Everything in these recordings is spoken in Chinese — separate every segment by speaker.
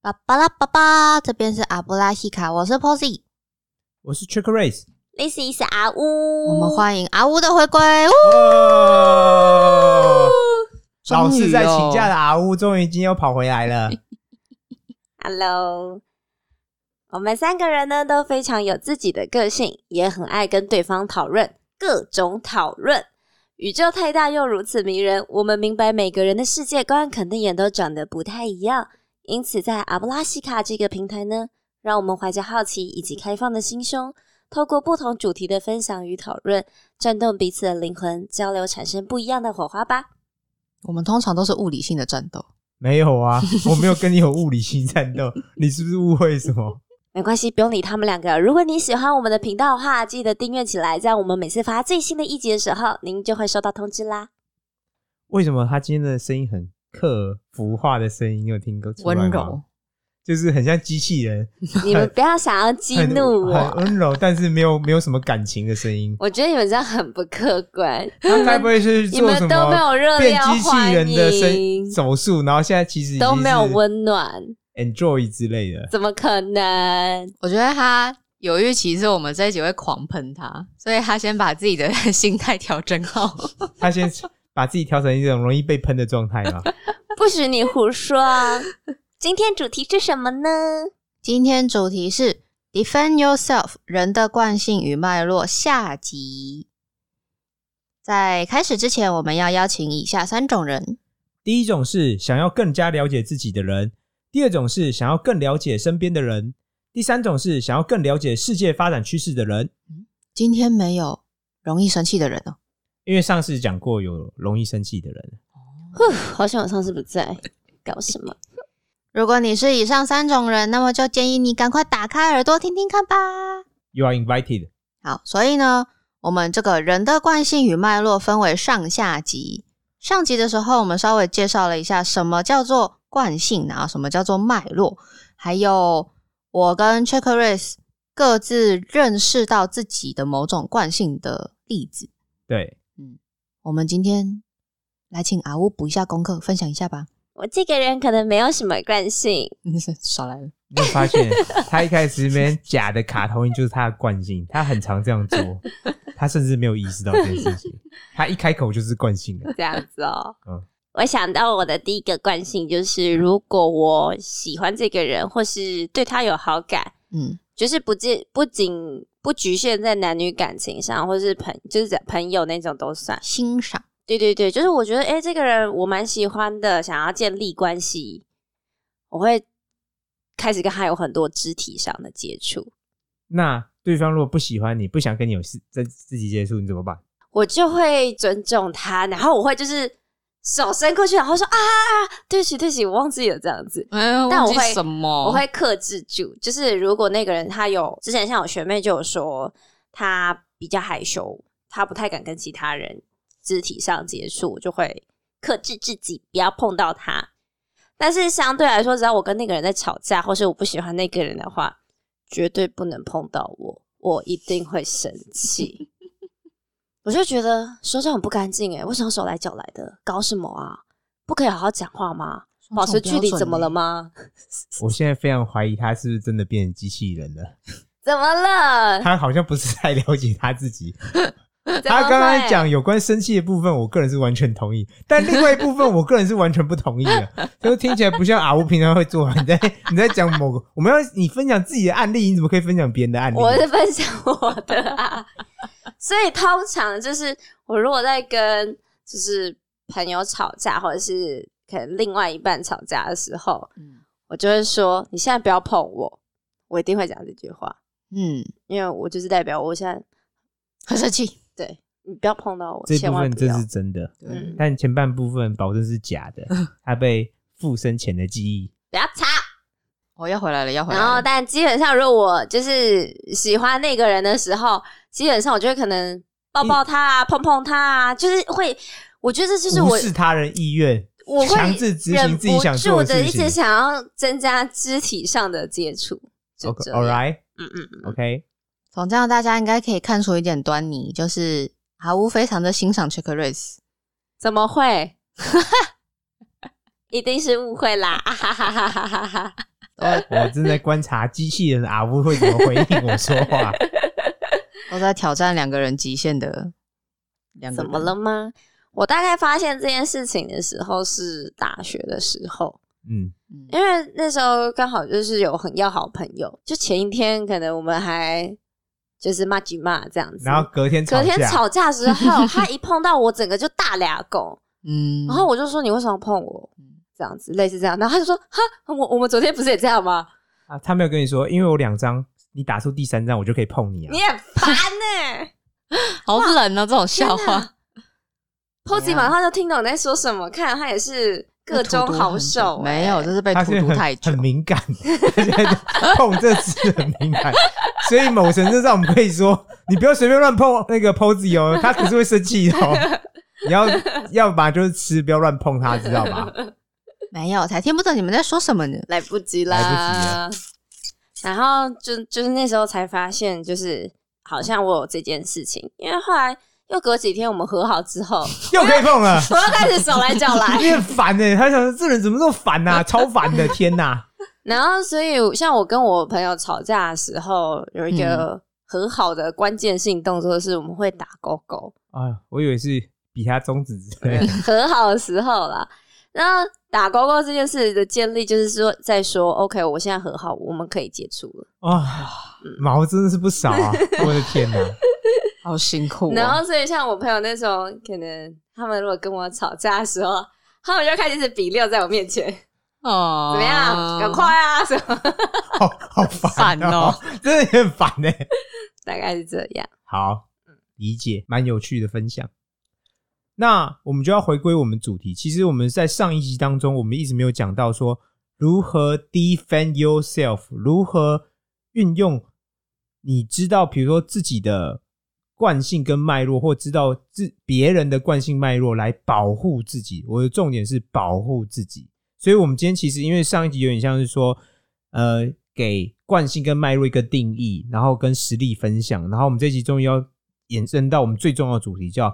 Speaker 1: 巴巴拉巴巴，这边是阿布拉西卡，我是 Posy，
Speaker 2: 我是 Trick Race。
Speaker 3: This is 阿乌，
Speaker 1: 我们欢迎阿乌的回归。呜
Speaker 2: 哦，老
Speaker 1: 终于
Speaker 2: 是在
Speaker 1: 哦
Speaker 2: 请假的阿乌，终于今天又跑回来了。
Speaker 3: Hello。我们三个人呢都非常有自己的个性，也很爱跟对方讨论各种讨论。宇宙太大又如此迷人，我们明白每个人的世界观肯定也都长得不太一样，因此在阿布拉西卡这个平台呢，让我们怀着好奇以及开放的心胸，透过不同主题的分享与讨论，转动彼此的灵魂，交流产生不一样的火花吧。
Speaker 1: 我们通常都是物理性的战斗，
Speaker 2: 没有啊，我没有跟你有物理性战斗，你是不是误会什么？
Speaker 3: 没关系，不用理他们两个。如果你喜欢我们的频道的话，记得订阅起来，这样我们每次发最新的一集的时候，您就会收到通 知啦。
Speaker 2: 为什么他今天的声音很克服化的声音？你有听过？
Speaker 1: 温柔，，
Speaker 2: 就是很像机器人，
Speaker 3: 你们不要想要激
Speaker 2: 很
Speaker 3: 怒
Speaker 2: 很
Speaker 3: 我，
Speaker 2: 温柔，但是没有没有什么感情的声音。
Speaker 3: 我觉得你们这样很不客观，
Speaker 2: 他该不会是
Speaker 3: 你
Speaker 2: 做
Speaker 3: 们
Speaker 2: 什
Speaker 3: 都没
Speaker 2: 么
Speaker 3: 有热
Speaker 2: 变
Speaker 3: 烈
Speaker 2: 机器
Speaker 3: 欢
Speaker 2: 人的
Speaker 3: 迎
Speaker 2: 声，手术？然后现在其实已经
Speaker 3: 都没有
Speaker 2: 是
Speaker 3: 温暖，
Speaker 2: enjoy 之类的。
Speaker 3: 怎么可能？
Speaker 4: 我觉得他有预期是我们这一集会狂喷他，所以他先把自己的心态调整好。
Speaker 2: 他先把自己调成一种容易被喷的状态嘛。
Speaker 3: 不许你胡说！今天主题是什么呢？
Speaker 1: 今天主题是 Defend Yourself 人的惯性与脉络下集。在开始之前，我们要邀请以下三种人：
Speaker 2: 第一种是想要更加了解自己的人，第二种是想要更了解身边的人，第三种是想要更了解世界发展趋势的人。
Speaker 1: 今天没有容易生气的人哦，
Speaker 2: 因为上次讲过有容易生气的人，
Speaker 3: 呼，好想我上次不在，搞什么？
Speaker 1: 如果你是以上三种人，那么就建议你赶快打开耳朵听听看吧。
Speaker 2: ，You are invited。
Speaker 1: 好，所以呢，我们这个人的惯性与脉络分为上下集。上集的时候，我们稍微介绍了一下什么叫做惯性，然后什么叫做脉络，还有我跟 c h e c k e r a c e 各自认识到自己的某种惯性的例子。
Speaker 2: 对，
Speaker 1: 我们今天来请阿乌补一下功课，分享一下吧。
Speaker 3: 我这个人可能没有什么惯性，
Speaker 4: 你是 少来了，
Speaker 2: 你有发现他一开始那边假的卡通音就是他的惯性，他很常这样做，他甚至没有意识到这件事情，他一开口就是惯性的。
Speaker 3: 这样子哦。
Speaker 2: 嗯
Speaker 3: 我想到我的第一个惯性就是，如果我喜欢这个人，或是对他有好感，
Speaker 1: 嗯，
Speaker 3: 就是不仅不仅不局限在男女感情上，或是朋就是朋友那种都算。
Speaker 1: 欣赏。
Speaker 3: 对对对，就是我觉得，哎、这个人我蛮喜欢的，想要建立关系，我会开始跟他有很多肢体上的接触，
Speaker 2: 那对方如果不喜欢你，不想跟你有自自自己接触，你怎么办？
Speaker 3: 我就会尊重他，然后我会就是手伸过去，然后说啊，对不起对不起，我忘记了这样子，
Speaker 4: 嗯，
Speaker 3: 但我
Speaker 4: 忘记
Speaker 3: 会
Speaker 4: 什么？
Speaker 3: 我会克制住。就是如果那个人他有之前像我学妹就有说，她比较害羞，她不太敢跟其他人肢体上接触，我就会克制自己不要碰到他。但是相对来说，只要我跟那个人在吵架，或是我不喜欢那个人的话，绝对不能碰到我，我一定会生气。我就觉得说这样很不干净哎，为什么手来脚来的？搞什么啊？不可以好好讲话吗？
Speaker 1: 哦
Speaker 3: 保持距离怎么
Speaker 1: 欸
Speaker 3: 了吗？
Speaker 2: 我现在非常怀疑他是不是真的变成机器人了。
Speaker 3: 怎么了？
Speaker 2: 他好像不是太了解他自己。
Speaker 3: 怎么
Speaker 2: 他刚刚
Speaker 3: 会
Speaker 2: 讲有关生气的部分，我个人是完全同意，但另外一部分我个人是完全不同意的，就是听起来不像阿乌平常会做。你在你在讲某个，我们要你分享自己的案例，你怎么可以分享别人的案例？
Speaker 3: 我是分享我的啊， 所以通常就是我如果在跟就是朋友吵架，或者是可能另外一半吵架的时候，
Speaker 4: 嗯
Speaker 3: 我就会说你现在不要碰我，我一定会讲这句话，
Speaker 1: 嗯，
Speaker 3: 因为我就是代表我现在
Speaker 1: 很生 气。
Speaker 3: 对你不要碰到我，
Speaker 2: 这
Speaker 3: 千
Speaker 2: 部
Speaker 3: 万
Speaker 2: 分
Speaker 3: 不
Speaker 2: 这
Speaker 3: 要
Speaker 2: 是。真的，
Speaker 3: 嗯，
Speaker 2: 但前半部分保证是假 的，他被附身前的记忆。
Speaker 3: 不要吵。
Speaker 4: 我要回来了，要回来
Speaker 3: 然
Speaker 2: 哦
Speaker 3: 后，
Speaker 4: 了。
Speaker 3: 但基本上如果我就是喜欢那个人的时候，基本上我就会可能抱抱他啊，碰碰他啊，就是会，我觉得这就是
Speaker 2: 无
Speaker 3: 我
Speaker 2: 视他人意愿，
Speaker 3: 我会
Speaker 2: 强制执行自己想做
Speaker 3: 忍不住
Speaker 2: 事
Speaker 3: 的，
Speaker 2: 情。
Speaker 3: 一直想要增加肢体上的接触。就
Speaker 2: OK，
Speaker 3: 这样
Speaker 2: all right，
Speaker 3: 嗯嗯，
Speaker 2: OK，
Speaker 1: 从这样大家应该可以看出一点端倪，就是毫无非常的欣赏 Check Race。
Speaker 3: 怎么 会？一定是误会啦！啊哈哈哈哈哈哈！
Speaker 2: 我正在观察机器人阿呜会怎么回应我说话。
Speaker 4: 都在挑战两个人极限的两个
Speaker 3: 怎
Speaker 4: 人
Speaker 3: 么了？吗？我大概发现这件事情的时候是大学的时候，
Speaker 2: 嗯，
Speaker 4: 嗯
Speaker 3: 因为那时候刚好就是有很要好的朋友，就前一天可能我们还就是骂几骂这样子，
Speaker 2: 然后隔天
Speaker 3: 隔
Speaker 2: 吵
Speaker 3: 天
Speaker 2: 架，
Speaker 3: 吵架的时候，他一碰到我，整个就大俩狗，
Speaker 4: 嗯，
Speaker 3: 然后我就说你为什么碰我？这样子类似这样，然后他就说哈，我我们昨天不是也这样吗？
Speaker 2: 啊，他没有跟你说，因为我两张，你打出第三张，我就可以碰你啊
Speaker 3: 你。很烦欸呢、
Speaker 4: 好冷哦，这种笑
Speaker 3: 天
Speaker 4: 话，
Speaker 3: Posy 马上就听懂你在说什么，看来他也是各中好哎手、欸
Speaker 4: 没有，这是被
Speaker 2: 他
Speaker 4: 荼
Speaker 2: 是
Speaker 4: 毒
Speaker 2: 很
Speaker 4: 太久
Speaker 2: 很。敏感， 他现在碰这字很敏感，所以某程度上我们可以说，你不要随便乱碰那个 Posy 哦，他可是会生气的哦。你要要把就是吃，不要乱碰他，知道吗？
Speaker 1: 没有，才听不懂你们在说什么 呢。
Speaker 3: 来不及
Speaker 2: 来
Speaker 3: 啦。然后就就是那时候才发现，就是好像我有这件事情，因为后来又隔几天我们和好之 后，
Speaker 2: 又可以碰了，
Speaker 3: 我又开始手来脚来，
Speaker 2: 你很烦呢、他想说这人怎么这么烦呐、超烦的，天呐、
Speaker 3: 然后，所以像我跟我朋友吵架的时候，有一个很好的关键性动作是，我们会打勾勾。
Speaker 2: 啊，我以为是比他中指之类的。
Speaker 3: 和好的时候啦，那打勾勾这件事的建立，就是说在说，OK，我现在和好，我们可以接触了。
Speaker 2: 哇，毛真的是不少啊！我的天哪，
Speaker 4: 好辛苦、哦。
Speaker 3: 然后，所以像我朋友那时候，可能他们如果跟我吵架的时候，他们就开始是比六在我 面前，
Speaker 4: 哦，
Speaker 3: 怎么样，赶快啊，什么，
Speaker 2: 好好烦哦， 真的很烦欸呢、
Speaker 3: 大概是这样。
Speaker 2: 好，理解，蛮有趣的分享。那我们就要回归我们主题。其实我们在上一集当中，我们一直没有讲到说如何 defend yourself，如何运用你知道，比如说自己的惯性跟脉络，或知道自别人的惯性脉络来保护自己。我的重点是保护自己。所以，我们今天其实因为上一集有点像是说，呃，给惯性跟脉络一个定义，然后跟实例分享，然后我们这集终于要延伸到我们最重要的主题，叫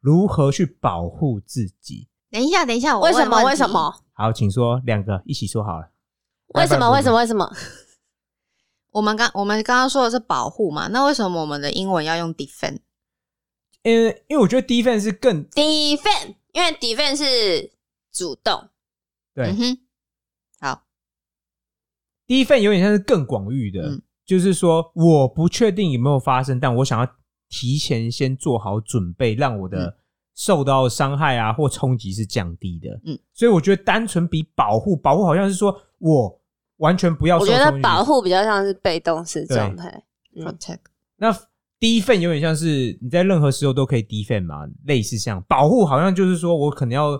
Speaker 2: 如何去保护自己。
Speaker 1: 等一下，等一下，我
Speaker 3: 为什么？
Speaker 1: 问问
Speaker 3: 为
Speaker 1: 题
Speaker 3: 什？么？
Speaker 2: 好，请说两个一起说好了。
Speaker 3: 为什么？为什么？为什么？
Speaker 1: 我们刚我们刚刚说的是保护嘛，那为什么我们的英文要用 defend？
Speaker 2: 嗯，因为我觉得 defense 是更
Speaker 3: defend，因为 defend 是主动。
Speaker 2: 对
Speaker 1: 嗯哼，
Speaker 2: defense 有点像是更广域的，
Speaker 1: 嗯
Speaker 2: 就是说我不确定有没有发生，但我想要提前先做好准备，让我
Speaker 3: 嗯
Speaker 2: 的受到的伤害啊或冲击是降低的。嗯
Speaker 1: 嗯，
Speaker 2: 所以我觉得单纯比保护，保护好像是说我完全不要受
Speaker 3: 我觉得
Speaker 2: 冲击
Speaker 3: 保护比较像是被动式状态，嗯
Speaker 1: protect，
Speaker 2: 那 defend 有点像是你在任何时候都可以 defend 嘛，类似像保护，好像就是说我可能要，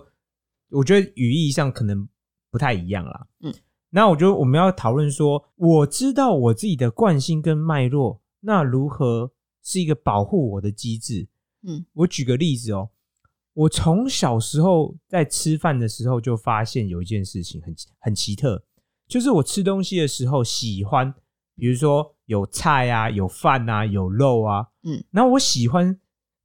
Speaker 2: 我觉得语义上可能不太一样啦。
Speaker 1: 嗯，
Speaker 2: 那我觉得我们要讨论说，我知道我自己的惯性跟脉络，那如何是一个保护我的机制？
Speaker 1: 嗯，
Speaker 2: 我举个例子哦。我从小时候在吃饭的时候就发现有一件事情很很奇特，就是我吃东西的时候喜欢，比如说有菜啊、有饭啊、有肉啊，嗯
Speaker 1: 嗯，
Speaker 2: 然后我喜欢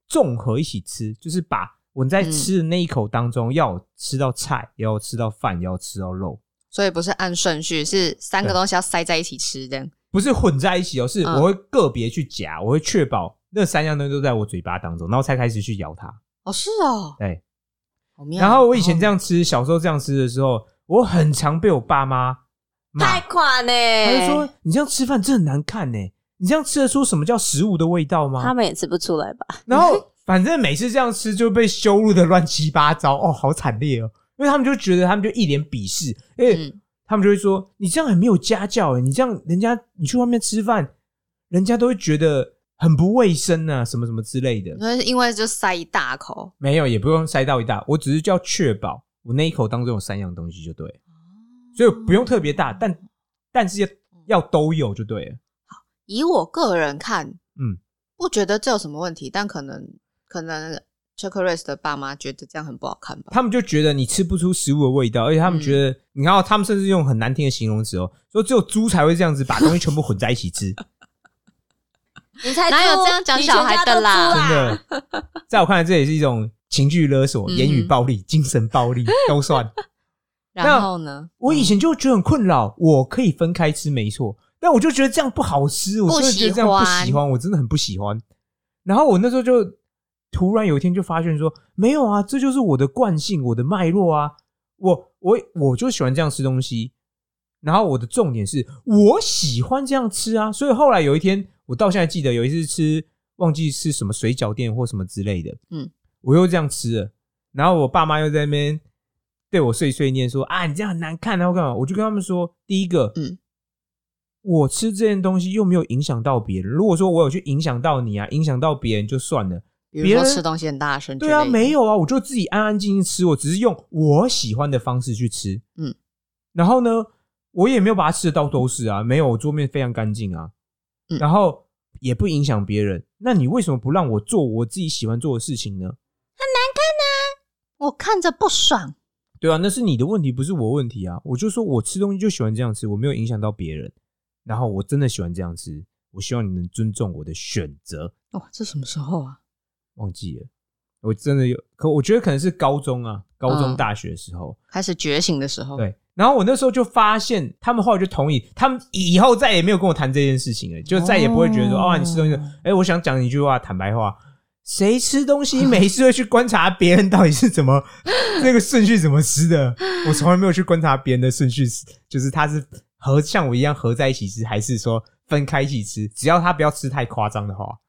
Speaker 2: 综合一起吃，就是把我在
Speaker 1: 嗯
Speaker 2: 吃的那一口当中，要有吃到菜，也要吃到饭，也要吃到肉，
Speaker 1: 所以不是按顺序，是三个
Speaker 2: 对
Speaker 1: 东西要塞在一起吃这样。
Speaker 2: 不是混在一起哦，是
Speaker 1: 嗯
Speaker 2: 我会个别去夹，我会确保那三样东西都在我嘴巴当中，然后才开始去咬它。
Speaker 1: 哦，是哦，
Speaker 2: 对，
Speaker 1: 好妙。哦
Speaker 2: 然后我以前这样吃，小时候这样吃的时候，我很常被我爸妈骂
Speaker 3: 太，垮呢。
Speaker 2: 他就说：“你这样吃饭真的很难看呢，你这样吃得出什么叫食物的味道吗？”
Speaker 3: 他们也吃不出来吧？
Speaker 2: 然后反正每次这样吃就被羞辱的乱七八糟，哦，好惨烈哦！因为他们就觉得他们就一脸鄙视，因为
Speaker 1: 嗯
Speaker 2: 他们就会说你这样很没有家教欸诶，你这样人家你去外面吃饭，人家都会觉得很不卫生啊，什么什么之类的。
Speaker 1: 那是因为嗯就塞一大口，
Speaker 2: 没有，也不用塞到一大，我只是就要确保我那一口当中有三样东西就对了，所以不用特别大，但但是要要都有就对了。
Speaker 1: 以我个人看，
Speaker 2: 嗯
Speaker 1: 嗯，不觉得这有什么问题，但可能可能 c h e c k r a c e 的爸妈觉得这样很不好看吧。
Speaker 2: 他们就觉得你吃不出食物的味道，而且他们觉得，你看、哦，他们甚至用很难听的形容词哦，说只有猪才会这样子把东西全部混在一起吃，
Speaker 3: 你才
Speaker 1: 哪有
Speaker 3: 猪
Speaker 1: 这样讲小孩的啦
Speaker 3: 你全
Speaker 2: 真
Speaker 3: 家都猪
Speaker 2: 的，在我看来，这也是一种情绪勒索、
Speaker 1: 嗯哼
Speaker 2: 言语暴力、精神暴力都算。
Speaker 4: 然后呢？
Speaker 2: 我
Speaker 1: 嗯
Speaker 2: 以前就觉得很困扰，我可以分开吃没错，但我就觉得这样不好吃，我真的觉得这样不喜
Speaker 4: 不喜
Speaker 2: 欢，我真的很不喜欢。然后我那时候就突然有一天就发现说，没有啊，这就是我的惯性，我的脉络啊，我我我就喜欢这样吃东西。然后我的重点是我喜欢这样吃啊，所以后来有一天，我到现在记得有一次吃，忘记是什么水饺店或什么之类的，
Speaker 4: 嗯，
Speaker 2: 我又这样吃了，然后我爸妈又在那边对我碎碎念说啊，你这样很难看，然后干嘛？我就跟他们说，第一个，
Speaker 4: 嗯，
Speaker 2: 我吃这件东西又没有影响到别人，如果说我有去影响到你啊，影响到别人就算了，
Speaker 4: 比
Speaker 2: 别
Speaker 4: 如说
Speaker 2: 人
Speaker 4: 吃东西很大声之类
Speaker 2: 对
Speaker 4: 的，
Speaker 2: 啊，没有啊，我就自己安安静静吃，我只是用我喜欢的方式去吃。
Speaker 4: 嗯，
Speaker 2: 然后呢，我也没有把它吃的到都是啊，没有，我桌面非常干净啊，
Speaker 4: 嗯
Speaker 2: 然后也不影响别人。那你为什么不让我做我自己喜欢做的事情呢？
Speaker 1: 我看着不爽。
Speaker 2: 对啊，那是你的问题，不是我问题啊。我就说我吃东西就喜欢这样吃，我没有影响到别人，然后我真的喜欢这样吃，我希望你能尊重我的选择。
Speaker 4: 哇，这什么时候啊？
Speaker 2: 忘记了，我真的有，可我觉得可能是高中啊，高中、
Speaker 4: 嗯
Speaker 2: 大学的时候。
Speaker 4: 开始觉醒的时候，
Speaker 2: 对，然后我那时候就发现，他们后来就同意，他们以后再也没有跟我谈这件事情了，就再也不会觉得说，
Speaker 4: 哦
Speaker 2: 哦，你吃东西，哎，我想讲一句话，坦白话，谁吃东西没事会去观察别人到底是怎么那个顺序怎么吃的？我从来没有去观察别人的顺序，就是他是合像我一样合在一起吃，还是说分开一起吃？只要他不要吃太夸张的话，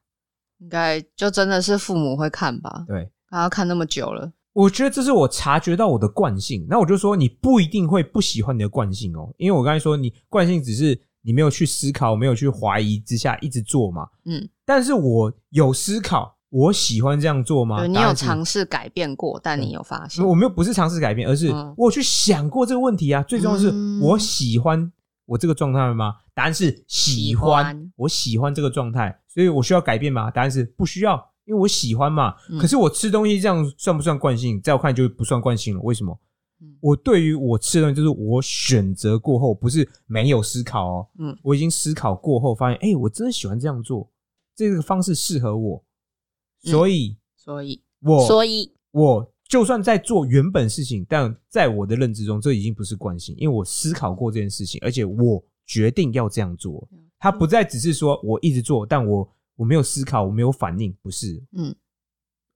Speaker 4: 应该就真的是父母会看吧？
Speaker 2: 对。
Speaker 4: 然后看那么久了，
Speaker 2: 我觉得这是我察觉到我的惯性，那我就说你不一定会不喜欢你的惯性哦，因为我刚才说你惯性只是你没有去思考，没有去怀疑之下一直做嘛。
Speaker 4: 嗯，
Speaker 2: 但是我有思考，我喜欢这样做吗？
Speaker 4: 就你
Speaker 2: 答
Speaker 4: 有
Speaker 2: 案是
Speaker 4: 尝试改变过，但你有发现，
Speaker 2: 我没有不是尝试改变，而是
Speaker 4: 嗯
Speaker 2: 我有去想过这个问题啊。最重要的
Speaker 1: 嗯
Speaker 2: 是我喜欢我这个状态吗？答案是喜
Speaker 4: 喜
Speaker 2: 欢，
Speaker 4: 欢
Speaker 2: 我喜欢这个状态，所以我需要改变吗？答案是不需要，因为我喜欢嘛。
Speaker 4: 嗯
Speaker 2: 可是我吃东西这样算不算惯性？在我看来就不算惯性了。为什么
Speaker 4: 嗯？
Speaker 2: 我对于我吃的东西，就是我选择过后，不是没有思考哦。
Speaker 4: 嗯
Speaker 2: 我已经思考过后，发现哎、我真的喜欢这样做，这个方式适合我，
Speaker 4: 嗯
Speaker 2: 所以
Speaker 4: 所以
Speaker 2: 我
Speaker 3: 所以
Speaker 2: 我就算在做原本事情，但在我的认知中，这已经不是惯性，因为我思考过这件事情，而且我决定要这样做。它不再只是说我一直做，但我我没有思考，我没有反应，不是，
Speaker 4: 嗯，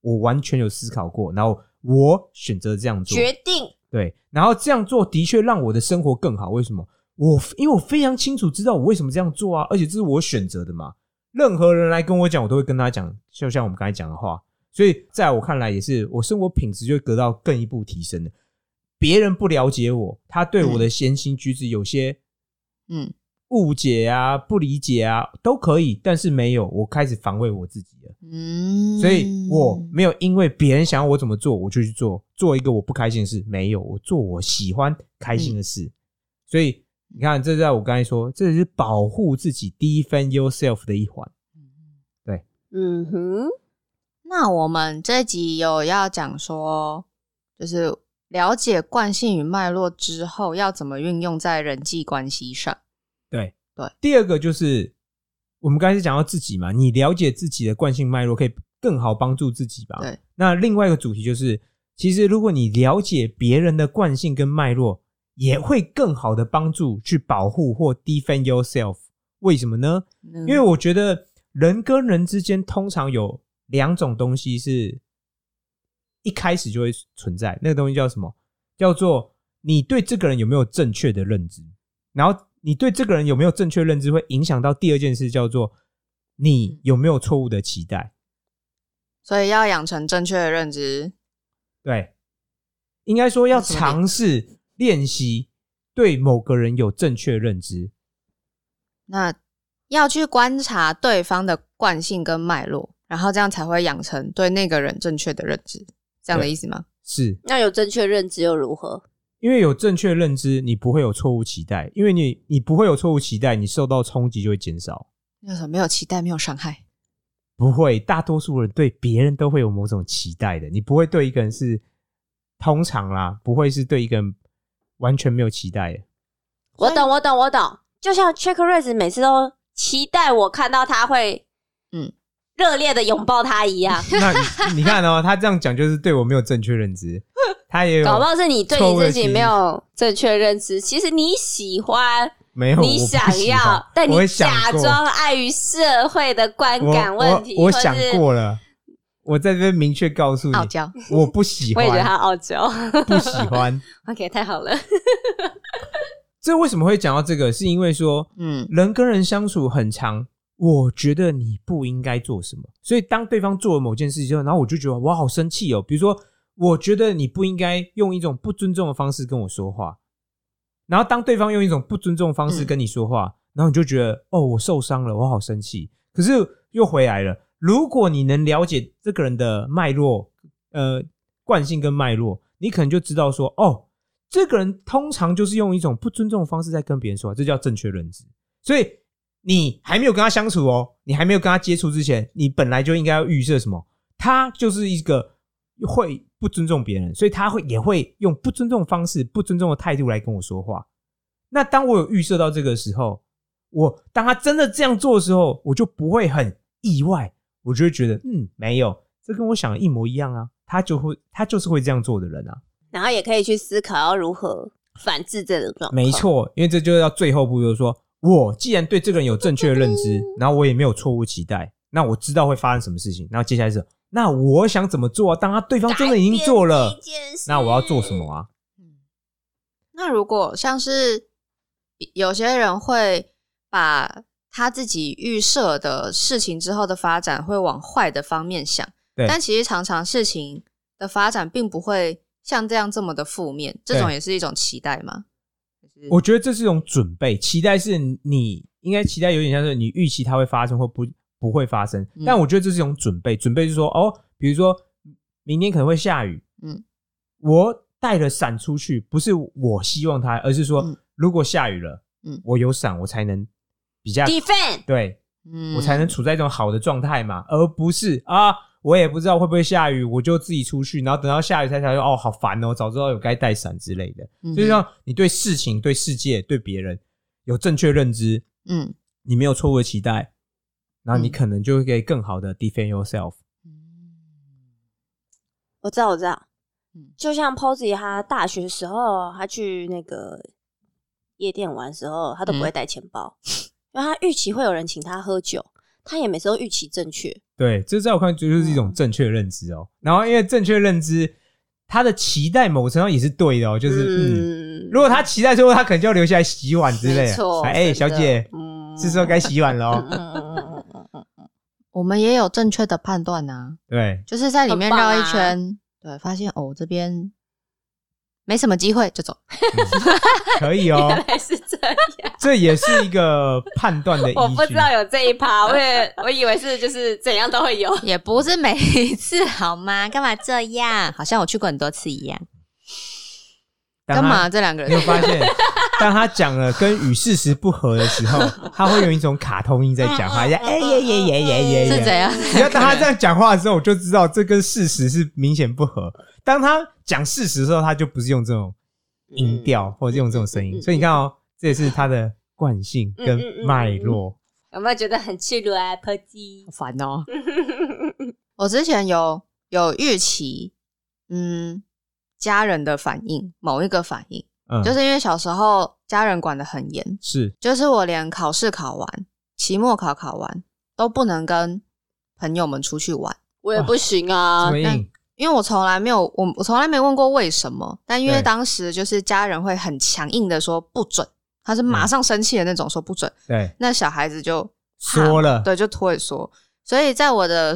Speaker 2: 我完全有思考过，然后我选择这样做，
Speaker 3: 决定
Speaker 2: 对，然后这样做的确让我的生活更好。为什么？我因为我非常清楚知道我为什么这样做啊，而且这是我选择的嘛。任何人来跟我讲，我都会跟他讲，就像我们刚才讲的话。所以在我看来，也是我生活品质就得到更一步提升了。别人不了解我，他对我的言行举止有些
Speaker 4: 嗯，
Speaker 2: 误解啊、不理解啊，都可以，但是没有，我开始防卫我自己了。
Speaker 1: 嗯，
Speaker 2: 所以我没有因为别人想要我怎么做，我就去做，做一个我不开心的事，没有，我做我喜欢开心的事。所以你看，这在我刚才说，这是保护自己 defend yourself 的一环。
Speaker 3: 嗯哼，
Speaker 1: 那我们这集有要讲说，就是了解惯性与脉络之后，要怎么运用在人际关系上。
Speaker 2: 第二个就是我们刚才讲到自己嘛，你了解自己的惯性脉络，可以更好帮助自己吧。
Speaker 4: 对。
Speaker 2: 那另外一个主题就是，其实如果你了解别人的惯性跟脉络，也会更好的帮助去保护或 defend yourself。为什么呢？
Speaker 1: 嗯
Speaker 4: 因
Speaker 2: 因为我觉得人跟人之间通常有两种东西是一开始就会存在，那个东西叫什么？叫做你对这个人有没有正确的认知，然后你对这个人有没有正确认知，会影响到第二件事，叫做你有没有错误的期待。
Speaker 4: 所以要养成正确的认知，
Speaker 2: 对，应该说要尝试练习对某个人有正确认知。
Speaker 4: 那
Speaker 1: 要去观察对方的惯性跟脉络，然后这样才会养成对那个人正确的认知，这样的
Speaker 2: 对
Speaker 1: 意思吗？
Speaker 2: 是，
Speaker 3: 那有正确认知又如何？
Speaker 2: 因为有正确认知，你不会有错误期待，因为你你不会有错误期待，你受到冲击就会减少。
Speaker 4: 那什么没有期待，没有伤害，
Speaker 2: 不会，大多数人对别人都会有某种期待的，你不会对一个人是通常啦，不会是对一个人完全没有期待的。
Speaker 3: 我懂，我懂，我懂。就像 Check Raise 每次都期待我看到他会，嗯
Speaker 4: 嗯，
Speaker 3: 热烈的拥抱他一样
Speaker 2: 。那你你看哦，他这样讲就是对我没有正确认知，他也有
Speaker 3: 搞不好是你对
Speaker 2: 错
Speaker 3: 你
Speaker 2: 位
Speaker 3: 自己
Speaker 2: 题
Speaker 3: 没有正确认知。其实你喜欢，
Speaker 2: 没有
Speaker 3: 你
Speaker 2: 我不
Speaker 3: 想
Speaker 2: 喜欢
Speaker 3: 要，但
Speaker 2: 我
Speaker 3: 你
Speaker 2: 也想
Speaker 3: 假
Speaker 2: 过
Speaker 3: 装碍于社会的观
Speaker 2: 我
Speaker 3: 感问题，
Speaker 2: 我我
Speaker 3: 或
Speaker 2: 想
Speaker 3: 是哦
Speaker 2: 过了，我在这边明确告诉你
Speaker 4: 傲，娇。
Speaker 2: 我不喜
Speaker 3: 我
Speaker 2: 欢，
Speaker 3: 也觉得他傲娇。
Speaker 2: 不喜欢。
Speaker 3: OK，太好了。
Speaker 2: 这为什么会讲到这个？是因为说
Speaker 1: 嗯，
Speaker 2: 人跟人相处很长，我觉得你不应该做什么，所以当对方做了某件事情之后，然后我就觉得我好生气哦。比如说，我觉得你不应该用一种不尊重的方式跟我说话，然后当对方用一种不尊重的方式跟你说话，然后你就觉得哦，我受伤了，我好生气。可是又回来了。如果你能了解这个人的脉络，呃，惯性跟脉络，你可能就知道说，哦，这个人通常就是用一种不尊重的方式在跟别人说话，这叫正确认知。所以你还没有跟他相处哦，你还没有跟他接触之前，你本来就应该要预设什么？他就是一个会不尊重别人，所以他会也会用不尊重的方式、不尊重的态度来跟我说话。那当我有预设到这个时候，我当他真的这样做的时候，我就不会很意外，我就会觉得嗯，没有，这跟我想的一模一样啊，他就会他就是会这样做的人啊。
Speaker 3: 然后也可以去思考要如何反制这种状况。
Speaker 2: 没，错，因为这就是到最后步，就是说我既然对这个人有正确的认知，然后我也没有错误期待，那我知道会发生什么事情，然后接下来是那我想怎么做、啊当他对方真的已经做了，，那我要做什？么啊？
Speaker 1: 那如果像是有些人会把他自己预设的事情之后的发展会往坏的方面想，
Speaker 2: 对
Speaker 1: 但其实常常事情的发展并不会像这样这么的负面，这种也是一种期待吗？就是
Speaker 2: 我觉得这是一种准备，期待是你应该期待有点像是你预期它会发生或不不会发生，
Speaker 1: 嗯
Speaker 2: 但我觉得这是一种准备，准备是说哦，比如说明天可能会下雨，嗯
Speaker 1: 嗯，
Speaker 2: 我带了伞出去，不是我希望它，而是说、
Speaker 1: 嗯
Speaker 2: 如果下雨了，嗯
Speaker 1: 嗯，
Speaker 2: 我有伞我才能比较
Speaker 3: defend
Speaker 2: 对
Speaker 1: 嗯
Speaker 2: 我才能处在一种好的状态嘛，而不是啊，我也不知道会不会下雨，我就自己出去，然后等到下雨才想说哦，好烦哦，早知道有该带伞之类的。
Speaker 1: 嗯哼
Speaker 2: 就像你对事情、对世界、对别人有正确认知，
Speaker 1: 嗯
Speaker 2: 你没有错误的期待，然后你
Speaker 1: 嗯
Speaker 2: 可能就会可以更好的 defend yourself。
Speaker 3: 我知道，我知道
Speaker 1: 嗯。
Speaker 3: 就像 Posy 他大学时候，他去那个夜店玩时候，他都不
Speaker 2: 嗯
Speaker 3: 会带钱包，因为他预期会有人请他喝酒，他也每次都预期正确。
Speaker 2: 对，这在我看就是一种正确认知哦。然后因为正确认知，他的期待某程度上也是对的哦，就是嗯。如果他期待之后，他可能就要留下来洗碗之类
Speaker 3: 没
Speaker 2: 的
Speaker 3: 错。，
Speaker 2: 哎、
Speaker 3: 真的
Speaker 2: 小姐，
Speaker 3: 嗯
Speaker 2: 是时候该洗碗了
Speaker 3: 嗯
Speaker 2: 哦。
Speaker 3: 嗯嗯嗯嗯 嗯嗯
Speaker 1: 我们也有正确的判断啊。
Speaker 2: 对，
Speaker 1: 就是在里面
Speaker 3: 很棒
Speaker 1: 绕
Speaker 3: 啊
Speaker 1: 一圈，对，发现哦这边没什么机会就走。
Speaker 2: 嗯可以
Speaker 3: 嗯
Speaker 2: 哦
Speaker 3: 原，来是这样。
Speaker 2: 这也是一个判断的依据。
Speaker 3: 我不知道有这一趴，我也我以为是就是怎样都会有。
Speaker 1: 也不是每一次好 吗？干嘛这样？好像我去过很多次一样。
Speaker 2: 当
Speaker 1: 干
Speaker 2: 他
Speaker 1: 嘛这两个
Speaker 2: 你有
Speaker 1: 人？
Speaker 2: 发现，当他讲了跟与事实不合的时候，他会有一种卡通音在讲话，
Speaker 3: 嗯
Speaker 2: 像哎耶耶耶耶耶
Speaker 4: 是怎
Speaker 2: 耶。
Speaker 4: 样？
Speaker 2: 只要当他这样讲话的时候，我就知道这跟事实是明显不合。当他讲事实的时候，他就不是用这种音调或者用这种声音。所以你看哦，这也是他的惯性跟脉络。
Speaker 3: 有没有觉得很赤裸啊，Posy？
Speaker 4: 好烦哦！
Speaker 1: 我之前有有预期，嗯，家人的反应，某一个反应，
Speaker 2: 嗯，
Speaker 1: 就是因为小时候家人管得很严，
Speaker 2: 是
Speaker 1: 就是我连考试考完、期末考考完都不能跟朋友们出去玩。
Speaker 3: 我也不行啊
Speaker 2: 什么，音？
Speaker 1: 因为我从来没有，我我从来没问过为什么，但因为
Speaker 2: 对
Speaker 1: 当时就是家人会很强硬的说不准，他是马上生气的那种说不准，
Speaker 2: 对，
Speaker 1: 那小孩子就
Speaker 2: 说了，
Speaker 1: 对就拖一说，所以在我的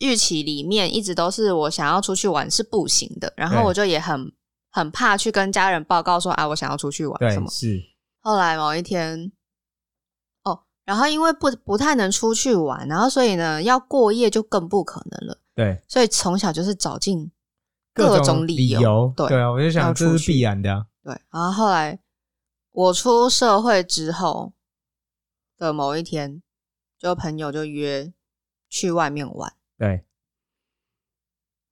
Speaker 1: 预期里面，一直都是我想要出去玩是不行的，然后
Speaker 2: 对
Speaker 1: 我就也很很怕去跟家人报告说啊我想要出去玩什
Speaker 2: 对
Speaker 1: 么，
Speaker 2: 是，
Speaker 1: 后来某一天，哦，然后因为不不太能出去玩，然后所以呢要过夜就更不可能了。
Speaker 2: 对。
Speaker 1: 所以从小就是找尽
Speaker 2: 各
Speaker 1: 种
Speaker 2: 理
Speaker 1: 由。对
Speaker 2: 对啊，我就想
Speaker 1: 要
Speaker 2: 这
Speaker 1: 出
Speaker 2: 是
Speaker 1: 去
Speaker 2: 必然的啊。
Speaker 1: 对，然后后来我出社会之后的某一天，就朋友就约去外面玩，
Speaker 2: 对，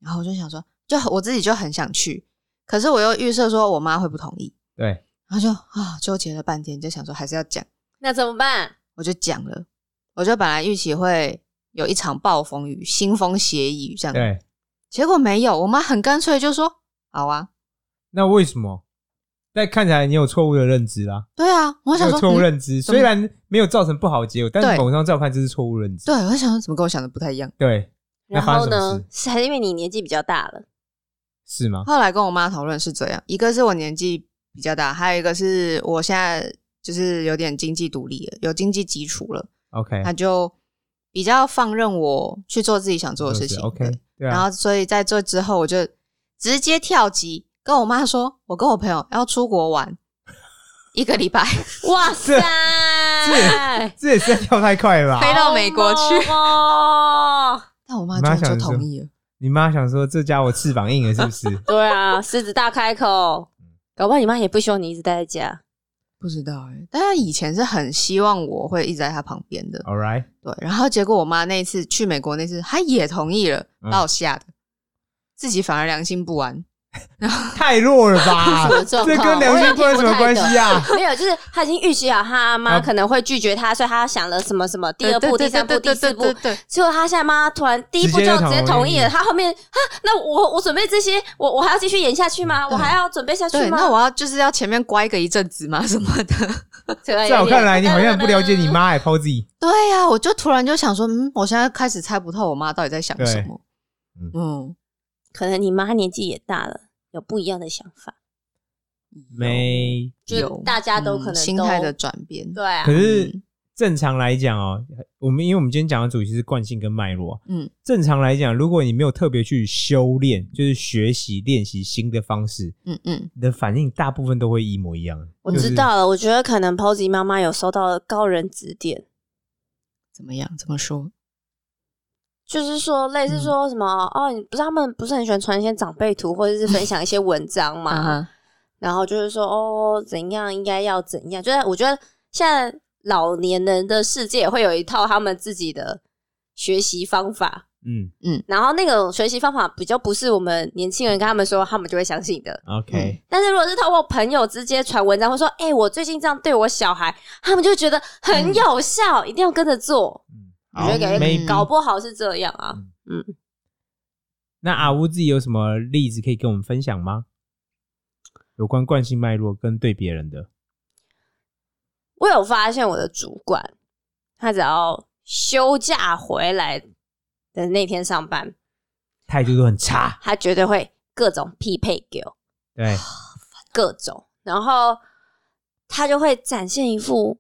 Speaker 1: 然后我就想说，就我自己就很想去，可是我又预设说我妈会不同意，
Speaker 2: 对，
Speaker 1: 然后就啊纠结了半天，就想说还是要讲，
Speaker 3: 那怎么办？
Speaker 1: 我就讲了，我就本来预期会有一场暴风雨、腥风血雨这样，
Speaker 2: 对，
Speaker 1: 结果没有，我妈很干脆就说好啊，
Speaker 2: 那为什么？但看起来你有错误的认知啦，
Speaker 1: 对啊，我
Speaker 2: 你
Speaker 1: 想
Speaker 2: 有
Speaker 1: 说，
Speaker 2: 错误
Speaker 1: 嗯
Speaker 2: 认知，
Speaker 1: 怎么
Speaker 2: 虽然没有造成不好的结果，但
Speaker 1: 对
Speaker 2: 是某种上照看这是错误认知。
Speaker 1: 对，我想说怎么跟我想的不太一样。
Speaker 2: 对，那
Speaker 3: 然
Speaker 2: 发
Speaker 3: 后
Speaker 2: 生什么
Speaker 3: 呢
Speaker 2: 事？
Speaker 3: 是还是因为你年纪比较大了，
Speaker 2: 是吗？
Speaker 1: 后来跟我妈讨论是这样，一个是我年纪比较大，还有一个是我现在就是有点经济独立了，有经济基础了，
Speaker 2: OK，
Speaker 1: 她就比较放任我去做自己想做的事情。
Speaker 2: OK，
Speaker 1: 对
Speaker 2: 对
Speaker 1: 然
Speaker 2: 啊，
Speaker 1: 后所以在这之后，我就直接跳级，跟我妈说，我跟我朋友要出国玩一个礼拜，
Speaker 3: 哇塞，
Speaker 2: 这也啊是跳太快了吧？
Speaker 4: 飞到美国去
Speaker 3: 哦。
Speaker 1: 但我妈
Speaker 2: 你
Speaker 1: 居
Speaker 2: 妈
Speaker 1: 然就
Speaker 2: 想说
Speaker 1: 同意了。
Speaker 2: 你妈想说这家伙翅膀硬了是不是？
Speaker 3: 对啊，狮子大开口，
Speaker 2: 嗯
Speaker 3: 搞不好你妈也不希望你一直待在家。
Speaker 1: 不知道哎、但她以前是很希望我会一直在她旁边的，
Speaker 2: All right，
Speaker 1: 对。然后结果我妈那一次去美国那次，她也同意了，
Speaker 2: 嗯
Speaker 1: 把我吓的，自己反而良心不安。
Speaker 2: 太弱了 吧？
Speaker 3: 什么状
Speaker 2: 这
Speaker 3: 况
Speaker 2: 跟良心不安什么关系啊？
Speaker 3: 没有，就是他已经预期好他妈
Speaker 2: 啊
Speaker 3: 可能会拒绝他，所以他想了什么什么第二步、第三步、第四步
Speaker 4: 对，对对对
Speaker 3: 结果他现在妈突然第一步就直接同意了，他后面哈，那我我准备这些，我我还要继续演下去吗？
Speaker 1: 对
Speaker 2: 嗯
Speaker 3: 我还要准备下去
Speaker 1: 对，
Speaker 3: 吗？
Speaker 1: 那我要就是要前面乖个一阵子嘛什么的。
Speaker 3: 在
Speaker 2: 在我看来，你好像不了解你。妈哎，Posy。
Speaker 1: 对呀、我就突然就想说，嗯，我现在开始猜不透我妈到底在想
Speaker 2: 对
Speaker 1: 什么。
Speaker 2: 嗯
Speaker 1: 嗯，
Speaker 3: 可能你妈年纪也大了，有不一样的想法，
Speaker 2: 没，
Speaker 3: 就是
Speaker 1: 有
Speaker 3: 大家都可能
Speaker 1: 嗯
Speaker 3: 都
Speaker 1: 心态的转变。
Speaker 3: 对啊
Speaker 2: 可，是正常来讲哦，我们因为我们今天讲的主题是惯性跟脉络，
Speaker 1: 嗯
Speaker 2: 嗯，正常来讲，如果你没有特别去修炼，就是学习练习新的方式，
Speaker 1: 嗯嗯，
Speaker 2: 你的反应大部分都会一模一样。
Speaker 3: 我
Speaker 2: 就是
Speaker 3: 知道了，我觉得可能 Posy 妈妈有收到高人指点，
Speaker 1: 怎么样？怎么说？
Speaker 3: 就是说类
Speaker 2: 嗯
Speaker 3: 似说什么、哦，你不是他们不是很喜欢传一些长辈图或者是分享一些文 章嘛，
Speaker 1: 啊哈，
Speaker 3: 然后就是说哦，怎样应该要怎样，就是我觉得现在老年人的世界会有一套他们自己的学习方法，
Speaker 2: 嗯
Speaker 3: 然后那种学习方法比较不是我们年轻人跟他们说，他们就会相信的。
Speaker 2: ，OK，
Speaker 3: 但是如果是透过朋友直接传文章，会说：“哎、我最近这样对我小孩，他们就觉得很有效，一定要跟着做。
Speaker 2: 嗯，”
Speaker 3: 我
Speaker 2: 好
Speaker 3: 觉得感觉
Speaker 2: ，maybe
Speaker 3: 搞不好是这样啊。
Speaker 2: 那阿乌自己有什么例子可以跟我们分享吗？有关惯性脉络跟对别人的，
Speaker 3: 我有发现我的主管，他只要休假回来的那天上班，
Speaker 2: 态度都很差。
Speaker 3: 他绝对会各种匹配给我，
Speaker 2: 对，
Speaker 3: 各种，然后他就会展现一副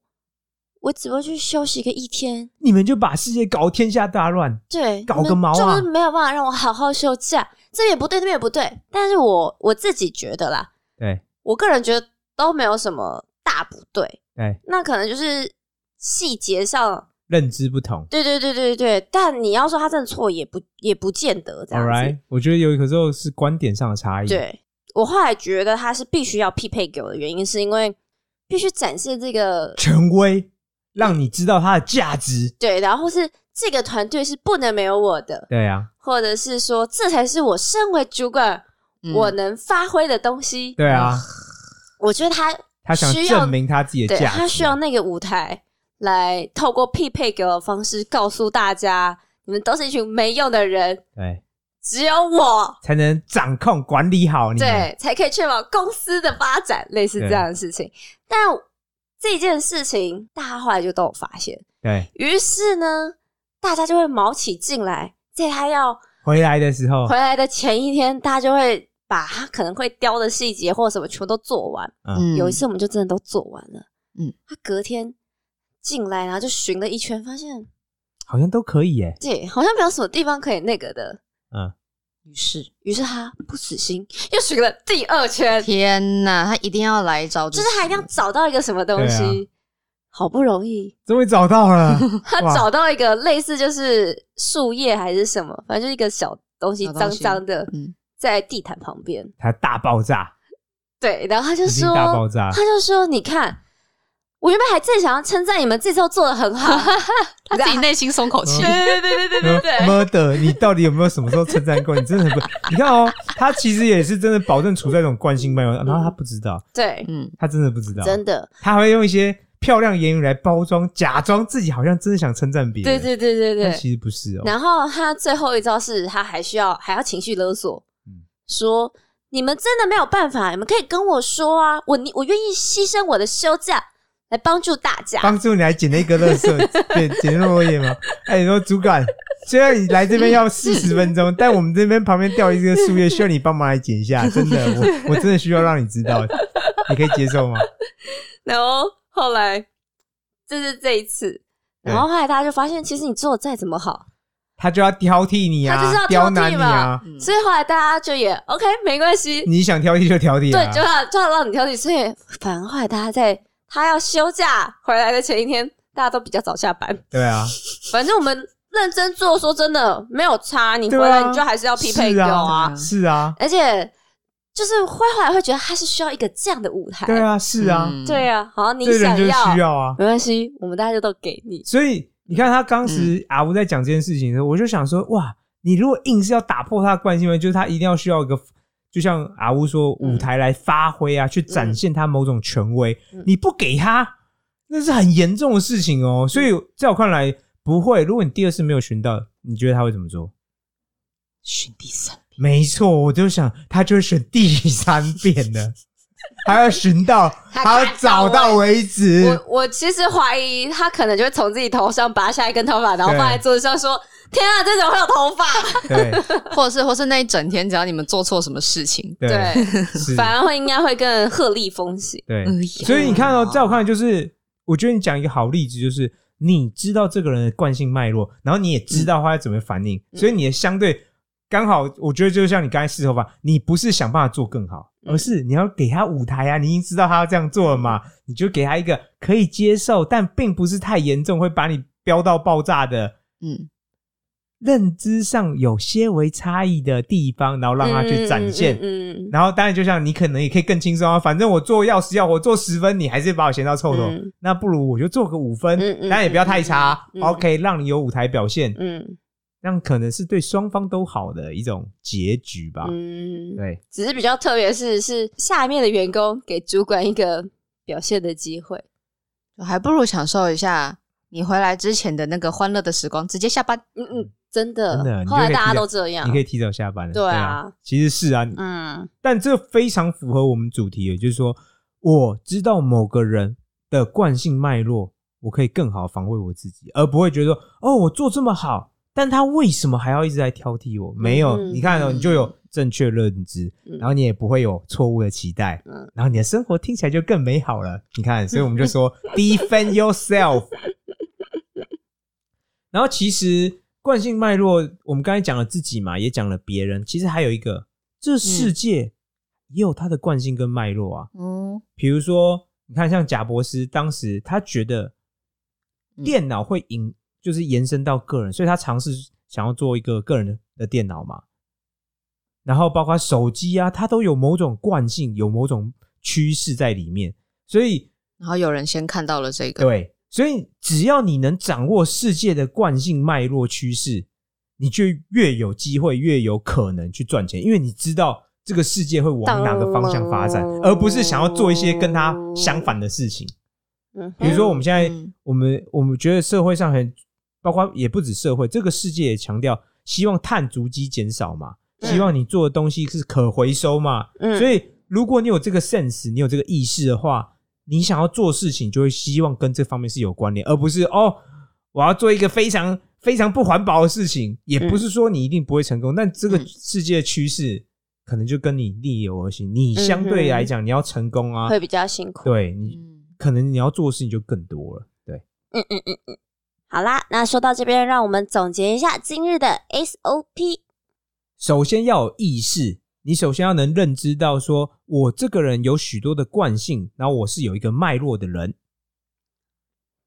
Speaker 3: 我只会去休息个一天，
Speaker 2: 你们就把世界搞天下大乱。
Speaker 3: 对，
Speaker 2: 搞
Speaker 3: 你们
Speaker 2: 个毛啊
Speaker 3: 就是没有办法让我好好休假， 这边也不对，那边也不对。但是我我自己觉得啦，
Speaker 2: 对
Speaker 3: 我个人觉得都没有什么大不对，
Speaker 2: 对，
Speaker 3: 那可能就是细节上，
Speaker 2: 认知不同。
Speaker 3: 对对对对对。但你要说他真的错，也不也不见得这
Speaker 2: All
Speaker 3: 样子。
Speaker 2: right，我觉得有有时候是观点上的差异。，
Speaker 3: 对我后来觉得他是必须要匹配给我的原因，是因为必须展示这个
Speaker 2: 权威让你知道它的价值。
Speaker 3: 对，然后是这个团队是不能没有我的，
Speaker 2: 对啊，
Speaker 3: 或者是说这才是我身为主管。
Speaker 1: 嗯
Speaker 3: 我能发挥的东西，
Speaker 2: 对啊，
Speaker 3: 呃我觉得他
Speaker 2: 他想
Speaker 3: 需要
Speaker 2: 证明他自己的
Speaker 3: 对
Speaker 2: 价值。
Speaker 3: 他需要那个舞台来透过匹配给我的方式告诉大家，你们都是一群没用的人，
Speaker 2: 对，
Speaker 3: 只有我
Speaker 2: 才能掌控管理好你们。
Speaker 3: 对才可以确保公司的发展，类似这样的事情。但这件事情大家后来就都有发现，
Speaker 2: 对，
Speaker 3: 于是呢，大家就会毛起劲来，在他要
Speaker 2: 回来的时候
Speaker 3: 回，来的前一天，大家就会把他可能会雕的细节或什么全部都做完。
Speaker 1: 嗯
Speaker 3: 有一次我们就真的都做完了，
Speaker 1: 嗯
Speaker 3: 嗯，他隔天进来，然后就巡了一圈，发现
Speaker 2: 好像都可以耶。
Speaker 3: 对，好像没有什么地方可以那个的，
Speaker 2: 嗯，
Speaker 1: 于是，
Speaker 3: 于是他不死心，又巡了第二圈，
Speaker 1: 天哪，他一定要来一招，
Speaker 3: 就是他一定要找到一个什么东西，
Speaker 2: 对
Speaker 3: 好不容易
Speaker 2: 终于找到了，
Speaker 3: 他
Speaker 2: 哇
Speaker 3: 找到一个类似就是树叶还是什么，反正就是一个小东西
Speaker 1: 小东
Speaker 3: 脏
Speaker 1: 西
Speaker 3: 脏的
Speaker 1: 嗯，
Speaker 3: 在地毯旁边，
Speaker 2: 他大爆炸，
Speaker 3: 对，然后他就
Speaker 2: 已
Speaker 3: 说
Speaker 2: 经大爆炸
Speaker 3: 他。就说你看。我原本还正想要称赞你们这次都做的很好，
Speaker 4: 他自己内心松口气
Speaker 2: 嗯。
Speaker 3: 对对对对对对对，
Speaker 2: Murder，你到底有没有什么时候称赞过？ 你真的很不，你看哦，他其实也是真的保证处在一种惯性脉络，然后他不知道，
Speaker 3: 对，
Speaker 1: 嗯，
Speaker 2: 他真的不知道，
Speaker 3: 真的，
Speaker 2: 他还会用一些漂亮言语来包装，假装自己好像真的想称赞别
Speaker 3: 对
Speaker 2: 人，
Speaker 3: 对对对
Speaker 2: 但
Speaker 3: 对。
Speaker 2: 其实不是哦。
Speaker 3: 然后他最后一招是他还需要还要情绪勒索
Speaker 2: 嗯，
Speaker 3: 说你们真的没有办法，你们可以跟我说啊，我你我愿意牺牲我的休假来帮助大家。
Speaker 2: 帮助你来捡那个垃圾， 捡捡那落叶吗？哎，你说主管，虽然你来这边要四十分 钟，但我们这边旁边掉一个树叶，需要你帮忙来捡一下。真的，我我真的需要让你知道，你可以接受吗？
Speaker 3: 然后后来，这是这一次，
Speaker 2: 对
Speaker 3: 然后后来大家就发现，其实你做的再怎么好，
Speaker 2: 他就要挑剔你啊，
Speaker 3: 他就是要挑
Speaker 2: 刁
Speaker 3: 剔
Speaker 2: 难你啊，嗯
Speaker 4: 嗯
Speaker 3: 所以后来大家就也 OK，没关系，
Speaker 2: 你想挑剔就挑剔啊
Speaker 3: 对，就。要就要让你挑剔。所以反而后来大家在他要休假回来的前一天，大家都比较早下班。
Speaker 2: 对啊，
Speaker 3: 反正我们认真做，说真的没有差，你回
Speaker 2: 对
Speaker 3: 来
Speaker 2: 啊，
Speaker 3: 你就还是要匹配
Speaker 2: 是
Speaker 3: 给我
Speaker 2: 啊，是啊，
Speaker 3: 而且就是会后来会觉得他是需要一个这样的舞台，
Speaker 2: 对，啊，是啊，
Speaker 4: 嗯
Speaker 3: 对啊，好，你
Speaker 2: 这人
Speaker 3: 想
Speaker 2: 就是需要啊。
Speaker 3: 没关系，我们大家就都给你。
Speaker 2: 所以你看他当
Speaker 3: 嗯
Speaker 2: 时阿吴在讲这件事情的时候，我就想说，哇，你如果硬是要打破他的惯性嘛，就是他一定要需要一个，就像阿吴说，舞台来发挥啊，去展现他某种权威，
Speaker 3: 嗯
Speaker 2: 你不给他，那是很严重的事情哦。所以在我看来，不会。如果你第二次没有寻到，你觉得他会怎么做？
Speaker 4: 寻第三遍，
Speaker 2: 没错，我就想他就会选第三遍 了，他要寻到，
Speaker 3: 他
Speaker 2: 他要找到为止。
Speaker 3: 我我其实怀疑他可能就会从自己头上拔下一根头发，然后
Speaker 2: 对
Speaker 3: 放在桌子上说：“天啊，这怎么会有头发
Speaker 2: 对
Speaker 4: 或者是或是那一整天，只要你们做错什么事情？”，
Speaker 2: 对，
Speaker 3: 对，
Speaker 2: 是
Speaker 3: 反而会应该会更鹤立风行。
Speaker 2: 对
Speaker 4: 哎呀，
Speaker 2: 所以你看哦，在我看来，就是我觉得你讲一个好例子，就是你知道这个人的惯性脉络，然后你也知
Speaker 3: 嗯
Speaker 2: 道他怎么反应，所以你的相对刚好，我觉得就像你刚才试头发，你不是想办法做更好，
Speaker 3: 嗯
Speaker 2: 而是你要给他舞台啊，你已经知道他要这样做了嘛，你就给他一个可以接受，但并不是太严重，会把你飙到爆炸的。
Speaker 4: 嗯，
Speaker 2: 认知上有些微差异的地方，然后让他去展现，
Speaker 3: 嗯，嗯嗯嗯
Speaker 2: 然后当然，就像你可能也可以更轻松啊，反正我做要是要我做十分，你还是把我嫌到臭头，
Speaker 3: 嗯
Speaker 2: 那不如我就做个五分，
Speaker 3: 嗯嗯
Speaker 2: 当然也不要太差、
Speaker 3: 嗯嗯嗯
Speaker 2: o k 让你有舞台表现，
Speaker 3: 嗯
Speaker 2: 那可能是对双方都好的一种结局吧。
Speaker 3: 嗯，
Speaker 2: 对，
Speaker 3: 只是比较特别是是下面的员工给主管一个表现的机会。
Speaker 4: 我还不如享受一下你回来之前的那个欢乐的时光，直接下班。
Speaker 3: 嗯嗯，真的，
Speaker 2: 真的你就
Speaker 3: 后
Speaker 2: 可以
Speaker 3: 来大
Speaker 2: 提
Speaker 3: 家
Speaker 2: 早
Speaker 3: 都这样
Speaker 2: 你可。以提早下班了。
Speaker 3: 对啊
Speaker 2: 其实是啊，
Speaker 3: 嗯
Speaker 2: 但这非常符合我们主题，也就是说，我知道某个人的惯性脉络，我可以更好防卫我自己，而不会觉得说哦，我做这么好，但他为什么还要一直在挑剔我？没有，
Speaker 3: 嗯
Speaker 2: 你看哦，
Speaker 4: 嗯
Speaker 2: 你就有正确认知，
Speaker 3: 嗯
Speaker 2: 然后你也不会有错误的期待，
Speaker 3: 嗯
Speaker 2: 然后你的生活听起来就更美好了。你看，所以我们就 说 defend yourself。然后其实惯性脉络，我们刚才讲了自己嘛，也讲了别人，其实还有一个，这世界也有它的惯性跟脉络啊。
Speaker 4: 嗯，
Speaker 2: 比如说，你看像贾博斯，当时他觉得电脑会引，就是延伸到个人，所以他尝试想要做一个个人的电脑嘛。然后包括手机啊，它都有某种惯性，有某种趋势在里面，所以
Speaker 4: 然后有人先看到了这个，
Speaker 2: 对，所以只要你能掌握世界的惯性脉络趋势，你就越有机会，越有可能去赚钱，因为你知道这个世界会往哪个方向发展
Speaker 3: 当，
Speaker 2: 而不是想要做一些跟它相反的事情。
Speaker 3: 嗯，
Speaker 2: 比如说，我们现在，
Speaker 4: 嗯
Speaker 2: 我们我们觉得社会上很，包括也不止社会，这个世界也强调希望碳足迹减少嘛，
Speaker 3: 嗯
Speaker 2: 希望你做的东西是可回收嘛，
Speaker 3: 嗯
Speaker 2: 所以，如果你有这个 sense，你有这个意识的话，你想要做事情，就会希望跟这方面是有关联，而不是哦，我要做一个非常非常不环保的事
Speaker 1: 嗯
Speaker 2: 情。也不是说你一定不会成功，但这个
Speaker 4: 嗯
Speaker 2: 世界的趋势可能就跟你逆流而行。你相
Speaker 3: 嗯
Speaker 2: 对
Speaker 3: 哼
Speaker 2: 来讲，你要成功啊，
Speaker 3: 会
Speaker 1: 嗯
Speaker 3: 比较辛苦。
Speaker 2: 对你
Speaker 4: 嗯
Speaker 2: 可能你要做的事情就更多了。对，
Speaker 3: 嗯嗯嗯嗯。好啦，那说到这边，让我们总结一下今日的 SOP。
Speaker 2: 首先要有意识，你首先要能认知到说我这个人有许多的惯性，然后我是有一个脉络的人。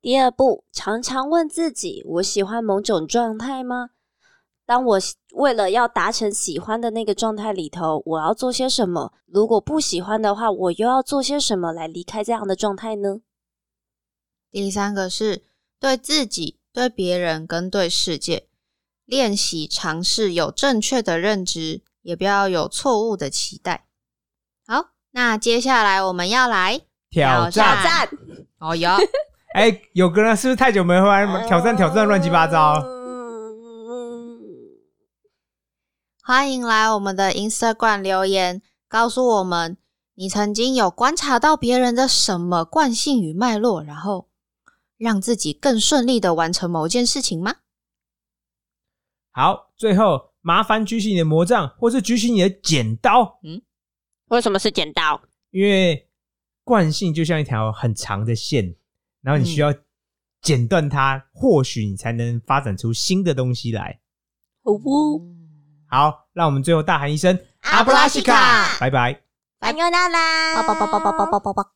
Speaker 3: 第二步，常常问自己：我喜欢某种状态吗？当我喜为了要达成喜欢的那个状态里头，我要做些什么？如果不喜欢的话，我又要做些什么来离开这样的状态呢？
Speaker 1: 第三个是对自己、对别人跟对世界练习尝试有正确的认知，也不要有错误的期待。好，那接下来我们要来
Speaker 2: 挑
Speaker 1: 挑战。
Speaker 2: 战
Speaker 3: 赞，
Speaker 4: 哦哟，
Speaker 2: 哎、有个人是不是太久没回来吗？挑战挑嗯战乱七八糟，
Speaker 3: 嗯
Speaker 1: 欢迎来我们的 Instagram 留言，告诉我们你曾经有观察到别人的什么惯性与脉络，然后让自己更顺利的完成某件事情吗？
Speaker 2: 好，最后麻烦举起你的魔杖，或是举起你的剪刀，
Speaker 3: 为什么是剪刀？
Speaker 2: 因为惯性就像一条很长的线，然后你需
Speaker 1: 嗯
Speaker 2: 要剪断它，或许你才能发展出新的东西来。哦
Speaker 3: 呜呜，
Speaker 2: 好，让我们最后大喊一声
Speaker 1: 阿布拉西卡
Speaker 2: 拜拜。
Speaker 3: 安妞娜啦，
Speaker 1: 叭叭叭叭叭叭叭叭。